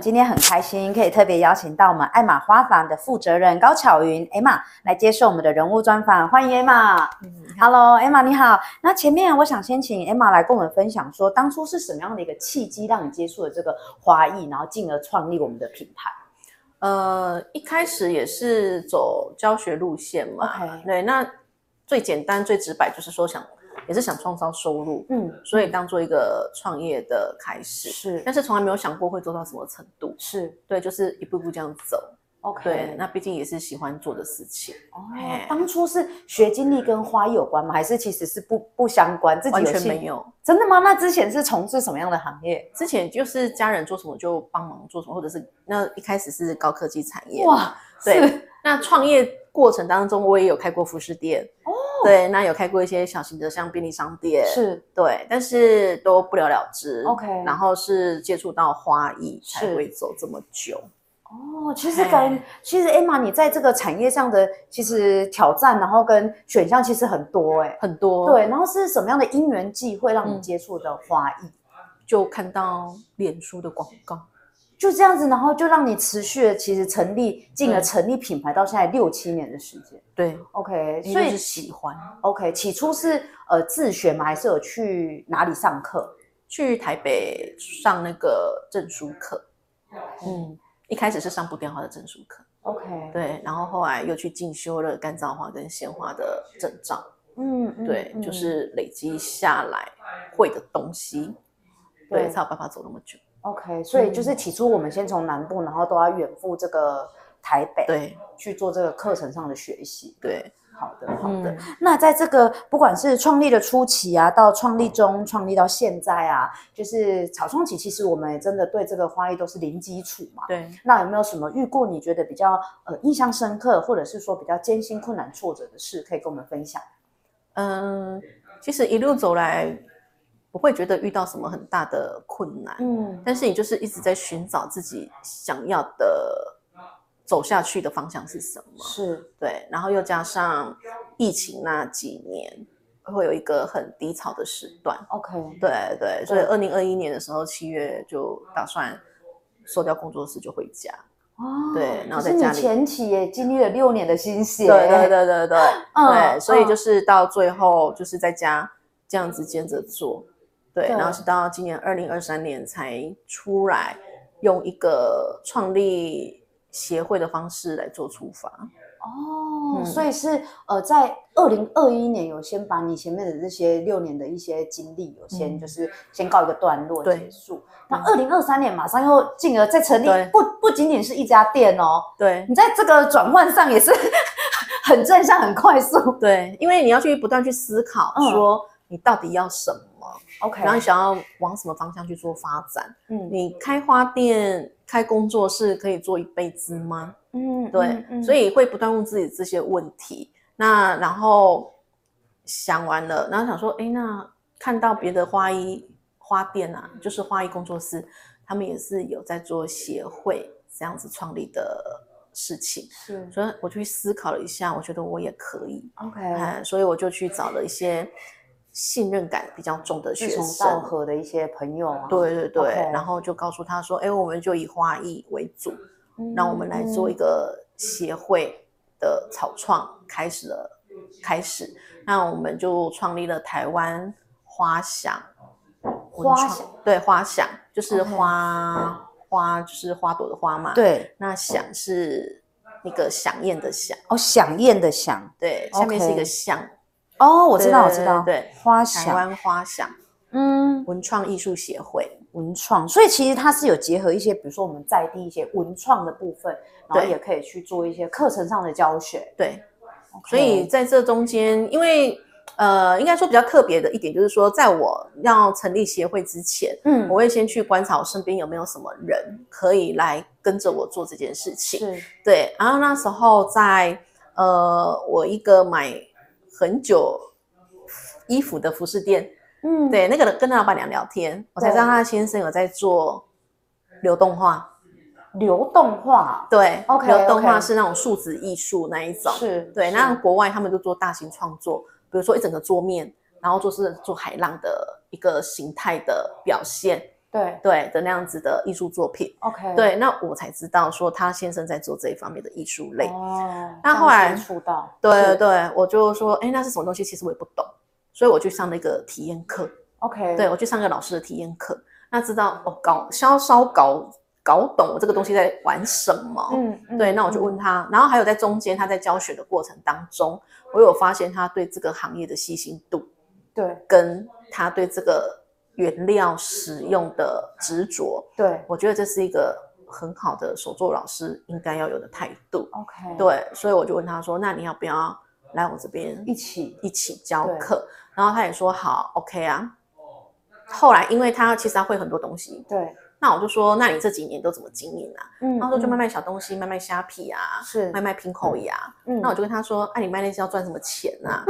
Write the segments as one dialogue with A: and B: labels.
A: 今天很开心，可以特别邀请到我们爱玛花房的负责人高巧云 Emma 来接受我们的人物专访，欢迎 Emma。Hello，Emma 嗯你好。那前面我想先请 Emma 来跟我们分享说，当初是什么样的一个契机让你接触了这个花艺，然后进而创立我们的品牌
B: 呃，一开始也是走教学路线嘛
A: OK
B: 对，那最简单最直白就是说想，也是想创造收入，
A: 嗯，
B: 所以当做一个创业的开始，
A: 是
B: 但是从来没有想过会做到什么程度，
A: 是
B: 对，就是一步步这样走，
A: OK。
B: 对，那毕竟也是喜欢做的事情，
A: 哦
B: 哎，
A: 当初是学经历跟花艺有关吗？还是其实是不不相关？自己
B: 完
A: 有
B: 全
A: 兴
B: 没有。
A: 真的吗？那之前是从事什么样的行业？
B: 之前就是家人做什么就帮忙做什么，或者是那一开始是高科技产业，
A: 哇，
B: 对
A: 是，
B: 那创业过程当中我也有开过服饰店，哦，对，那有开过一些小型的像便利商店，
A: 是
B: 对，但是都不了了之。
A: OK
B: 然后是接触到花艺才
A: 是
B: 会走这么久。
A: 哦，其实感其实 Emma，你在这个产业上的其实挑战，然后跟选项其实很多哎、
B: 很多
A: 对，，然后是什么样的因缘际会让你
B: 嗯
A: 接触的花艺？
B: 就看到脸书的广告，
A: 就这样子，然后就让你持续的其实成立，进而
B: 对
A: 成立品牌到现在六七年的时间。
B: 对，
A: OK，
B: 所
A: 所
B: 以
A: 以
B: 是喜欢
A: OK 起初是呃自学吗？还是有去哪里上课？
B: 去台北上那个证书课，嗯，一开始是上布雕花的证书课，
A: OK，
B: 对，然后后来又去进修了干燥花跟鲜花的证照，
A: 嗯，嗯
B: 对，
A: 嗯
B: 就是累积下来会的东西，对，嗯
A: 对
B: 才有办法走那么久，
A: OK，所以就是起初我们先从南部，然后都要远赴这个台北，，
B: 对
A: 去做这个课程上的学习。
B: 对，
A: 好的，好的。
B: 嗯
A: 那在这个不管是创立的初期啊，到创立中、创立到现在啊，就是草创期，其实我们也真的对这个花艺都是零基础嘛。
B: 对。
A: 那有没有什么遇过你觉得比较呃印象深刻，或者是说比较艰辛、困难、挫折的事，可以跟我们分享？
B: 嗯，其实一路走来，不会觉得遇到什么很大的困难，
A: 嗯，
B: 但是你就是一直在寻找自己想要的走下去的方向是什么。
A: 是
B: 对，然后又加上疫情那几年，会有一个很低潮的时段。
A: OK，
B: 对对，所以
A: 对
B: 二零二一年的时候，七月就打算收掉工作室就回家。
A: 哦
B: 对然后
A: 可
B: 在
A: 是你
B: 家里
A: 前期也经历了六年的心血，
B: 对对对对对、
A: 嗯
B: 对，所以
A: 嗯
B: 就是到最后就是在家这样子兼着做，对，
A: 对
B: 然后是到今年二零二三年才出来用一个创立协会的方式来做出发，
A: 哦，
B: 嗯
A: 所以是呃，在二零二一年有先把你前面的这些六年的一些经历，有先
B: 嗯
A: 就是先告一个段落
B: 对
A: 结束。那
B: 嗯
A: 二零二三年马上又进而再成立
B: 对，
A: 不不仅仅是一家店哦，
B: 对
A: 你在这个转换上也是很正向、很快速。
B: 对，因为你要去不断去思考
A: 嗯
B: 说你到底要什么，
A: OK，
B: 然后你想要往什么方向去做发展，
A: 嗯
B: 你开花店、开工作室可以做一辈子吗？
A: 嗯
B: 对，所
A: 以
B: 以会不断问自己这些问题。那然后想完了，然后想说，哎，那看到别的花艺花店啊，就是花艺工作室，他们也是有在做协会这样子创立的事情，
A: 是
B: 所以我就去思考了一下，我觉得我也可以，
A: OK，
B: 哎，所以我就去找了一些信任感比较重的
A: 志
B: 学
A: 同道
B: 生。
A: 合的一些朋友啊，
B: 对对对
A: OK
B: 然后就告诉他说，哎，我们就以花艺为主，
A: 嗯，
B: 让我们来做一
A: 嗯
B: 个协会的草创开始了，开始，那我们就创立了台湾花想文
A: 花
B: 创
A: 想
B: 对花想就是
A: OK
B: 花花就是花朵的花嘛，，
A: 对
B: 那想是那个响宴的响，
A: 哦，响宴的响
B: 对，下面是一
A: OK
B: 个象，
A: 哦，我知道，我
B: 对
A: 知道，
B: 对，对
A: 花
B: 台
A: 响，
B: 湾花想
A: 嗯。
B: 文创艺术协会，
A: 文创，所以其实它是有结合一些，比如说我们在地一些文创的部分，然后
B: 对
A: 也可以去做一些课程上的教学。
B: 对，所
A: 哦
B: 以在这中间，因为呃，应该说比较特别的一点就是说，在我要成立协会之前，
A: 嗯，
B: 我会先去观察我身边有没有什么人可以来跟着我做这件事情。
A: 是
B: 对，然后那时候在呃，我一个买很久衣服的服饰店，
A: 嗯，
B: 对，那个人跟那老板娘聊天，我才知道他的先生有在做流动画，
A: 流动化
B: 对
A: OK，
B: 流动画
A: OK
B: 是那种数字艺术那一种。
A: 是
B: 对，
A: 是
B: 那国外他们就做大型创作，比如说一整个桌面，然后做是做海浪的一个形态的表现，
A: 对
B: 对的那样子的艺术作品。
A: ，OK，，
B: 对，那我才知道说他先生在做这一方面的艺术类。
A: 哦，
B: 那
A: 这样
B: 后来
A: 接触到，
B: 对对
A: 是
B: 对，我就说，哎，那是什么东西？其实我也不懂，所以我去上了一个体验课。
A: ，OK，
B: 对，我去上个老师的体验课，那知道哦，搞稍稍搞搞懂我这个东西在玩什么。
A: 嗯，嗯，
B: 对，那我就问他，然后还有在中间他在教学的过程当中，我有发现他对这个行业的细心度，
A: 对
B: 跟他对这个原料使用的执着，
A: 对
B: 我觉得这是一个很好的手作老师应该要有的态度。
A: ，OK，，
B: 对，所以我就问他说：“那你要不要来我这边
A: 一起，
B: 一起教
A: 对
B: 课？”然后他也说：“好，OK 啊。”后来，因为他其实他会很多东西，
A: 对，
B: 那我就说：“那你这几年都怎么经营啊？”
A: 嗯
B: 他说：“就卖
A: 慢
B: 卖小东西，卖卖虾皮啊，
A: 是
B: 卖卖平口椅啊。”
A: 嗯
B: 那我就跟他说：“哎、你卖那些要赚什么钱 啊？”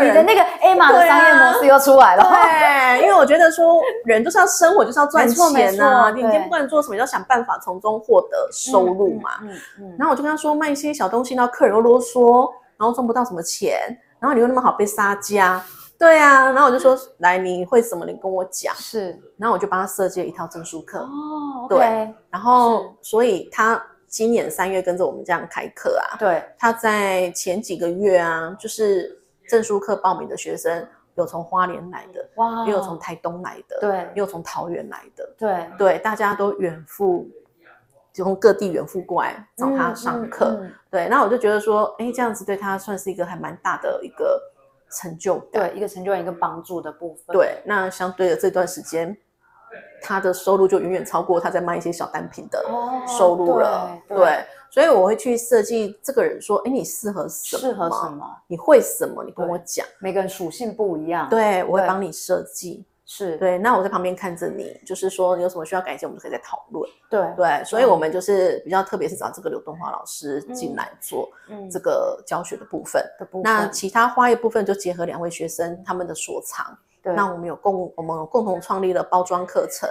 A: 你的那个 A 码的
B: 对啊
A: 商业模式又出来了，
B: 对，因为我觉得说人就是要生活，就是要赚
A: 没错没
B: 钱啊，
A: 错
B: 你今天
A: 对
B: 不管做什么，要想办法从中获得收入嘛。
A: 嗯嗯，嗯
B: 然后我就跟他说卖一些小东西，然后客人又啰嗦，然后赚不到什么钱，然后你又那么好被杀价，对啊，然后我就说来你会什么你跟我讲，
A: 是
B: 然后我就帮他设计了一套证书课，
A: 哦
B: 对
A: ，OK，
B: 然后所以他今年三月跟着我们这样开课啊，
A: 对，
B: 他在前几个月啊，就是证书课报名的学生有从花莲来的，
A: 哇，
B: 也有从台东来的，，
A: 哦对
B: 也有从桃园来的，
A: 对
B: 对，大家都远赴，就从各地远赴过来找他上课。，
A: 嗯嗯嗯
B: 对，那我就觉得说，哎，这样子对他算是一个还蛮大的一个成就感。
A: 对，一个成就感，一个帮助的部分，
B: 对，那相对的这段时间，他的收入就远远超过他在卖一些小单品的
A: 哦，
B: 收入了。
A: 对对，
B: 所以我会去设计这个人说，哎，你适合什么？
A: 适合什？么？
B: 你会什么？你跟
A: 对
B: 我讲。
A: 每个人属性不一样，，
B: 对，我会
A: 对
B: 帮你设计。
A: 是，
B: 对，那我在旁边看着你，就是说你有什么需要改进，我们就可以再讨论。
A: 对，
B: 对，所以我们就是比较特别是找这个刘东华老师进
A: 嗯
B: 来做
A: 嗯
B: 这个教学的部分。
A: 的部分，
B: 那其他花艺部分就结合两位学生他们的所长，
A: 对
B: 那我们有共我们有共同创立了包装课程，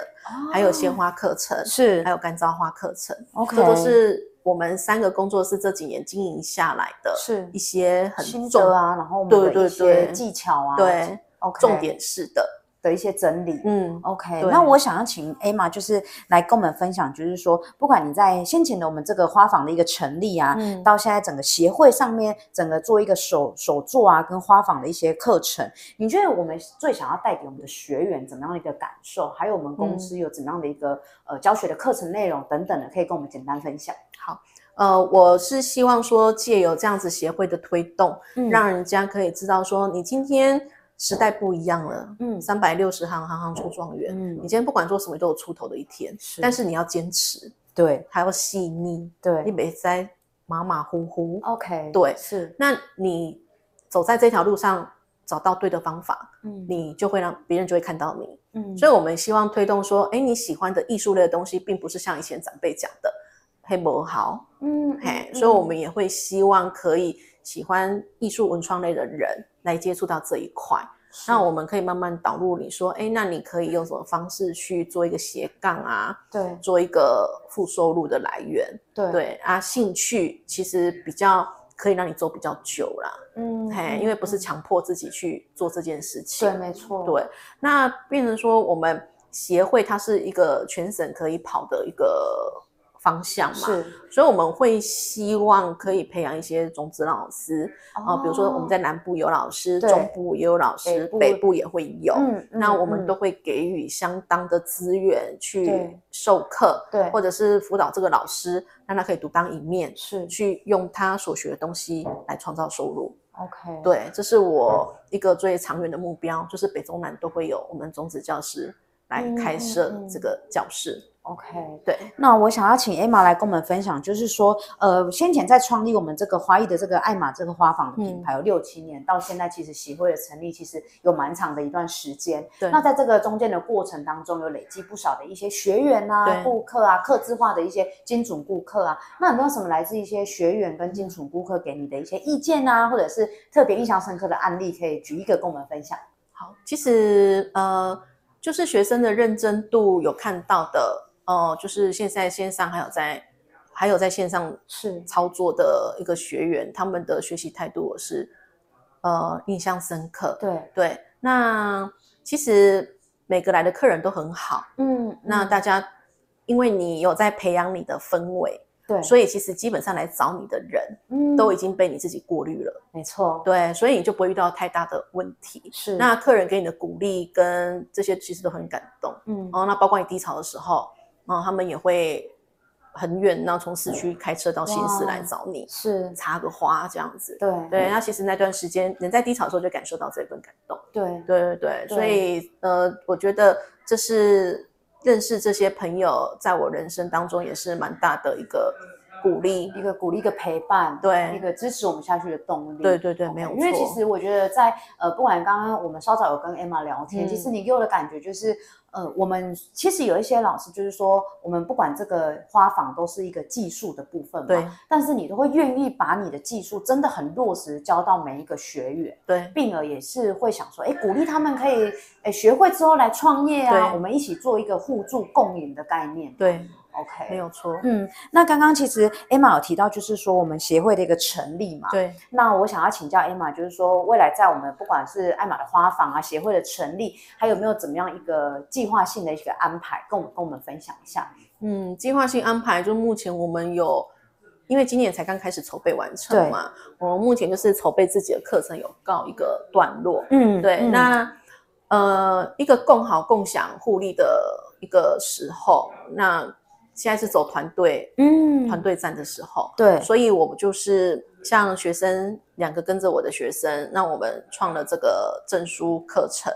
B: 还有鲜
A: 哦
B: 花课程，
A: 是
B: 还有干燥花课程，
A: ，OK，
B: 这都是我们三个工作室这几年经营下来的
A: 是
B: 一些很
A: 心
B: 重
A: 得啊，然后我们
B: 对
A: 的
B: 对
A: 一些
B: 对
A: 技巧啊，
B: 对
A: ，OK，
B: 重点式的，
A: 的一些整理，
B: 嗯，
A: OK，
B: 对
A: 那我想要请 Emma 就是来跟我们分享，就是说，不管你在先前的我们这个花房的一个成立啊，
B: 嗯
A: 到现在整个协会上面，整个做一个手手作啊，跟花房的一些课程，你觉得我们最想要带给我们的学员怎么样的一个感受？还有我们公司有怎么样的一个、呃教学的课程内容等等的，可以跟我们简单分享。
B: 呃，我是希望说借由这样子协会的推动，
A: 嗯
B: 让人家可以知道说你今天时代不一样了，
A: 嗯
B: 三百六十行，行行出状元。
A: 嗯
B: 你今天不管做什么，都有出头的一天，
A: 是
B: 但是你要坚持，
A: 对
B: 还要细腻，你
A: 对
B: 别再马马虎虎。
A: ，OK，
B: 对
A: 是
B: 那你走在这条路上，找到对的方法，
A: 嗯
B: 你就会让别人就会看到你。
A: 嗯
B: 所以，我们希望推动说，哎，你喜欢的艺术类的东西，并不是像以前长辈讲的黑不好，
A: 嗯
B: 嘿，
A: 嗯
B: 所以我
A: 嗯
B: 们也会希望可以喜欢艺术文创类的人来接触到这一块。
A: 是
B: 那我们可以慢慢导入你说，哎，那你可以用什么方式去做一个斜杠啊，
A: 对
B: 做一个副收入的来源？
A: 对
B: 对啊，兴趣其实比较可以让你做比较久啦，
A: 嗯
B: 嘿，
A: 嗯
B: 因为不是
A: 嗯
B: 强迫自己去做这件事情
A: 对，。没错，
B: 对，那变成说我们协会它是一个全省可以跑的一个方向嘛，
A: 是
B: 所以我们会希望可以培养一些种子老师啊、比如说我们
A: 哦
B: 在南部有老师，
A: 对
B: 中部也有老师，
A: 部
B: 北部也会有。
A: 嗯，
B: 那
A: 嗯
B: 我们
A: 嗯
B: 都会给予相当的资源去
A: 对
B: 授课，
A: 嗯对
B: 或者是辅导这个老师，让他可以独当一面，
A: 是
B: 去用他所学的东西来创造收入。
A: OK，
B: 对，这是我一个最长远的目标，就是北中南都会有我们种子教师来开
A: 嗯
B: 设
A: 嗯
B: 这个教室。
A: OK。
B: 对，
A: 那我想要请 Emma 来跟我们分享，就是说，呃，先前在创立我们这个花艺的这个爱玛这个花房的品牌有六七年，到现在其实协会的成立其实有蛮长的一段时间。
B: 对
A: 那在这个中间的过程当中，有累积不少的一些学员啊、
B: 对
A: 顾客啊、客制化的一些精准顾客啊。那有没有什么来自一些学员跟精准顾客给你的一些意见啊，或者是特别印象深刻的案例，可以举一个跟我们分享？
B: 好，其实呃，就是学生的认真度有看到的，哦、就是现在线上还有在还有在线上
A: 是
B: 操作的一个学员，他们的学习态度我是呃印象深刻。
A: 对，
B: 对，那其实每个来的客人都很好，
A: 嗯，
B: 那大家因为你有在培养你的氛围，
A: 对，
B: 所以其实基本上来找你的人
A: 以
B: 都已经被你自己过滤了，
A: 没错，
B: 对，所以你就不会遇到太大的问题。
A: 是
B: 那客人给你的鼓励跟这些其实都很感动，
A: 嗯
B: 哦，那包括你低潮的时候，哦，他们也会很远，然后从市区开车到新市来
A: 哇
B: 找你，
A: 是，
B: 插个花这样子。
A: 对
B: 对，那其实那段时间人在低潮的时候就感受到这份感动。
A: 对
B: 对对对，所
A: 对
B: 以呃，我觉得这是认识这些朋友，在我人生当中也是蛮大的一个鼓励。
A: 一个鼓励，一个陪伴，
B: 对
A: 一个支持我们下去的动力。
B: 对对对，没有错。
A: 因为其实我觉得在呃，不管刚刚我们稍早有跟 Emma 聊天，
B: 嗯
A: 其实你给我的感觉就是，呃，我们其实有一些老师就是说，我们不管这个花房都是一个技术的部分嘛，
B: 对
A: 但是你都会愿意把你的技术真的很落实教到每一个学员，
B: 对
A: 并而也是会想说，哎，鼓励他们可以，哎，学会之后来创业啊，
B: 对
A: 我们一起做一个互助共赢的概念。
B: 对，
A: OK，
B: 没有错。
A: 嗯，那刚刚其实 Emma 有提到，就是说我们协会的一个成立嘛，
B: 对
A: 那我想要请教 Emma，就是说未来在我们不管是艾玛的花房啊协会的成立，还有没有怎么样一个计划性的一个安排，跟我们跟我们分享一下？
B: 嗯，计划性安排就目前我们有，因为今年才刚开始筹备完
A: 对
B: 成嘛，我们目前就是筹备自己的课程有告一个段落。
A: 嗯
B: 对，那呃，一个共好、共享、互利的一个时候，那现在是走团队、
A: 嗯
B: 团队战的时候，
A: 对
B: 所以我们就是像学生两个跟着我的学生，那我们创了这个证书课程。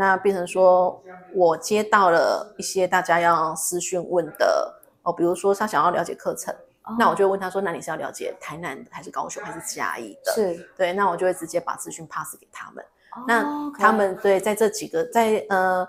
B: 那变成说，我接到了一些大家要私讯问的哦，比如说他想要了解课程，那我就问他说，那你是要了解台南的还是高雄还是嘉义的？
A: 是
B: 对，那我就会直接把资讯 pass 给他们。那他
A: OK
B: 们对在这几个在呃，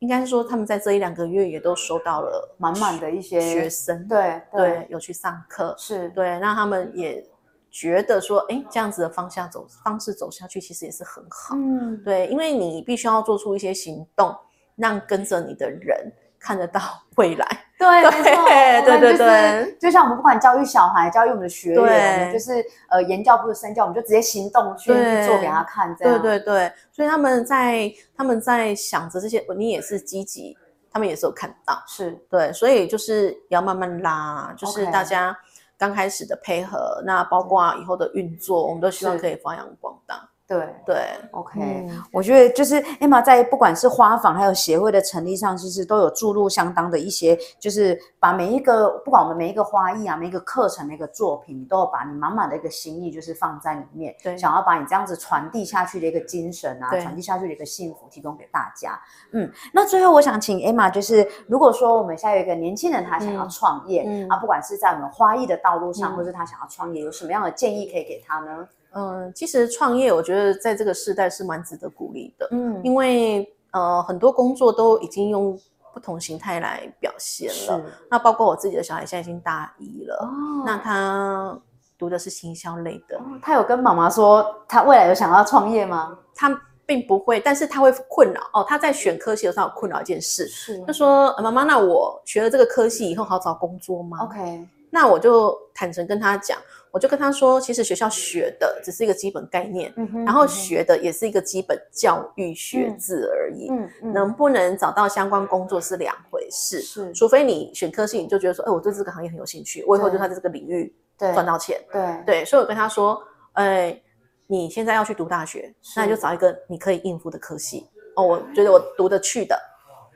B: 应该是说他们在这一两个月也都收到了
A: 满满的一些
B: 哦学生，
A: 对
B: 对，有去上课，
A: 是
B: 对，那他们也觉得说，哎，这样子的方向走方式走下去，其实也是很好，
A: 嗯
B: 对，因为你必须要做出一些行动，让跟着你的人看得到 未来，
A: 对没错，
B: 对
A: 我们
B: 对
A: 就是
B: 对，
A: 就像我们不管教育小孩，教育我们的学员，我
B: 对
A: 们就是呃言教不如身教，我们就直接行动去去
B: 对
A: 做给他看，这
B: 对
A: 样
B: 对对，所以他们在他们在想着这些，你也是积极，他们也是有看到。
A: 是
B: 对，所以就是要慢慢拉，就是
A: OK
B: 大家刚开始的配合，那包括以后的运作，我们都希望
A: 是
B: 可以发扬光大。
A: 对
B: 对，
A: OK，、
B: 嗯，
A: 我觉得就是 Emma 在不管是花房还有协会的成立上，其实都有注入相当的一些，就是把每一个不管我们每一个花艺啊，每一个课程、每一个作品，你都有把你满满的一个心意就是放在里面，
B: 对
A: 想要把你这样子传递下去的一个精神啊，
B: 对
A: 传递下去的一个幸福提供给大家。嗯，那最后我想请 Emma，就是如果说我们现在有一个年轻人他想要
B: 嗯
A: 创业、
B: 嗯
A: 啊，不管是在我们花艺的道路上，
B: 嗯
A: 或是他想要创业，有什么样的建议可以给他呢？
B: 嗯，其实创业，我觉得在这个时代是蛮值得鼓励的，
A: 嗯，
B: 因为呃，很多工作都已经用不同形态来表现
A: 是
B: 了。那包括我自己的小孩现在已经大一了，
A: 哦
B: 那他读的是行销类的，
A: 哦他有跟妈妈说他未来有想要创业吗？
B: 他并不会，但是他会困扰哦，他在选科系的时候有困扰一件事，
A: 是
B: 他说：“呃妈妈，那我学了这个科系以后好找工作吗
A: OK，
B: 那我就坦诚跟他讲，我就跟他说，其实学校学的只是一个基本概念，
A: 嗯哼
B: 然后学的也是一个基本教育学制而已。
A: 嗯嗯
B: 能不能找到相关工作是两回事，
A: 是
B: 除非你选科系，你就觉得说，哎，我对这个行业很有兴趣，我以后就
A: 对
B: 在这个领域
A: 对
B: 赚到钱。
A: 对
B: 对，所以我跟他说，哎，你现在要去读大学，
A: 是
B: 那你就找一个你可以应付的科系。哦，我觉得我读得去的，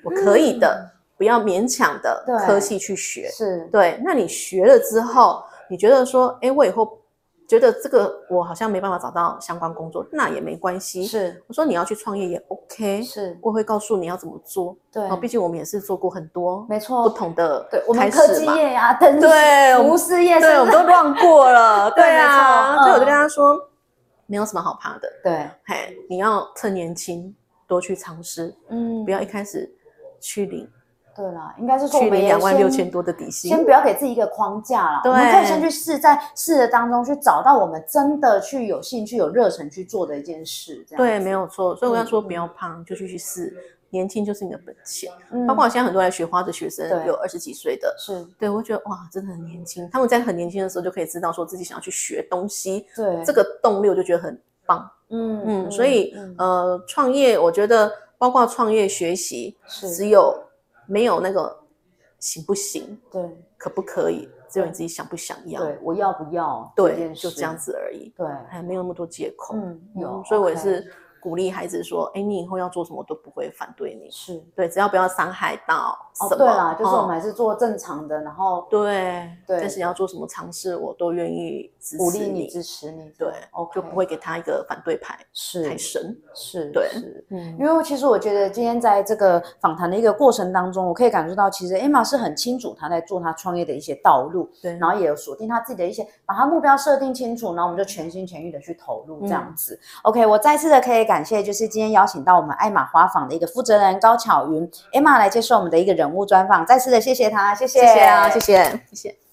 B: 我可以的，不要勉强的
A: 嗯对
B: 科系去学。
A: 是
B: 对，那你学了之后，你觉得说，哎，我以后觉得这个我好像没办法找到相关工作，那也没关系。，
A: 是
B: 我说你要去创业也 OK，
A: 是，
B: 我会告诉你要怎么做。
A: 对
B: 哦，毕竟我们也是做过很多
A: 没错，
B: 不同的
A: 对我们
B: 开
A: 科
B: 始
A: 技
B: 嘛。
A: 业啊，灯
B: 对我
A: 服
B: 们
A: 务事业，
B: 对，我们都乱 过了。
A: 对
B: 对啊，
A: 没错
B: 所以我就
A: 嗯
B: 跟他说，没有什么好怕的，
A: 对，
B: 嘿，你要趁年轻多去尝试，
A: 嗯
B: 不要一开始去领
A: 对了，应该是说我
B: 去
A: 们
B: 领
A: 也
B: 两万六
A: 先
B: 千多的底薪
A: 先。不要给自己一个框架啦，
B: 对
A: 我们可以先去试，在试的当中去找到我们真的去有兴趣、有热忱去做的一件事，这样
B: 对，没有错。所以我跟他说，
A: 嗯
B: 不要怕，你就去去试。年轻就是你的本钱，
A: 嗯
B: 包括我现在很多来学花的学生
A: 对，
B: 有二十几岁的，
A: 是
B: 对我觉得哇，真的很年轻。他们在很年轻的时候就可以知道说自己想要去学东西，
A: 对
B: 这个动力我就觉得很棒。
A: 嗯
B: 嗯，所以
A: 嗯
B: 呃，创业我觉得包括创业学习，
A: 是
B: 只有没有那个行不行、
A: 对
B: 可不可以，只有你自己想不想要，
A: 对，我要不要？
B: 对，就这样。子而已，
A: 对，
B: 哎，没有那么多借口。
A: 嗯，有，
B: 所以我也
A: OK
B: 是鼓励孩子说，哎，你以后要做什么都不会反对你，
A: 是。
B: 对，只要不要伤害到什
A: 哦，
B: 么。
A: 对啦，就是我
B: 哦
A: 们还是做正常的，然后
B: 对
A: 对
B: 但是要做什么尝试，我都愿意支持
A: 鼓励你、支持你，
B: 对
A: ，OK，嗯
B: 就不会给他一个反对牌
A: 是
B: 太深。
A: 是，
B: 对
A: 是
B: 嗯
A: 因为其实我觉得今天在这个访谈的一个过程当中，我可以感受到，其实 Emma 是很清楚她在做她创业的一些道路，
B: 对，然
A: 然后也有锁定她自己的一些，把她目标设定清楚，然后我们就全心全意的去投入这样子。OK，我再次的可以感谢，就是今天邀请到我们爱马花坊的一个负责人高巧云 Emma 来接受我们的一个人物专访，再次的谢谢她，谢谢，
B: 谢谢啊，谢谢，谢谢。